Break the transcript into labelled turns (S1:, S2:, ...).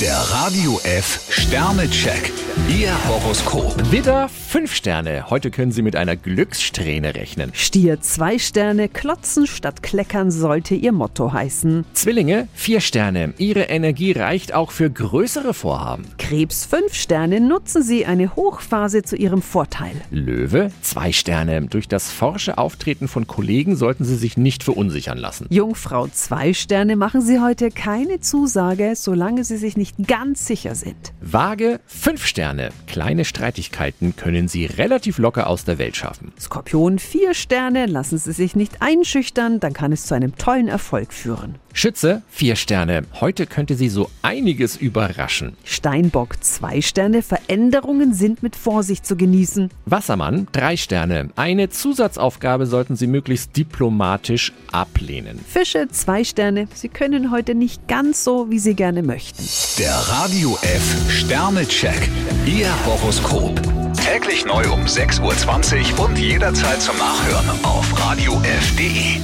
S1: Der Radio F Sternecheck. Ihr Horoskop.
S2: Widder, 5 Sterne. Heute können Sie mit einer Glückssträhne rechnen.
S3: Stier zwei Sterne, klotzen statt kleckern sollte ihr Motto heißen.
S2: Zwillinge, 4 Sterne. Ihre Energie reicht auch für größere Vorhaben.
S3: Krebs fünf Sterne, nutzen Sie eine Hochphase zu Ihrem Vorteil.
S2: Löwe, 2 Sterne. Durch das forsche Auftreten von Kollegen sollten Sie sich nicht verunsichern lassen.
S3: Jungfrau zwei Sterne, machen Sie heute keine Zusage, solange Sie sich nicht ganz sicher sind.
S2: Waage, 5 Sterne. Kleine Streitigkeiten können Sie relativ locker aus der Welt schaffen.
S3: Skorpion vier Sterne, lassen Sie sich nicht einschüchtern, dann kann es zu einem tollen Erfolg führen.
S2: Schütze, 4 Sterne. Heute könnte Sie so einiges überraschen.
S3: Steinbock zwei Sterne, Veränderungen sind mit Vorsicht zu genießen.
S2: Wassermann, 3 Sterne. Eine Zusatzaufgabe sollten Sie möglichst diplomatisch ablehnen.
S3: Fische zwei Sterne, Sie können heute nicht ganz so, wie Sie gerne möchten.
S1: Der Radio F Sternecheck. Ihr Horoskop. Täglich neu um 6.20 Uhr und jederzeit zum Nachhören auf Radio radiof.de.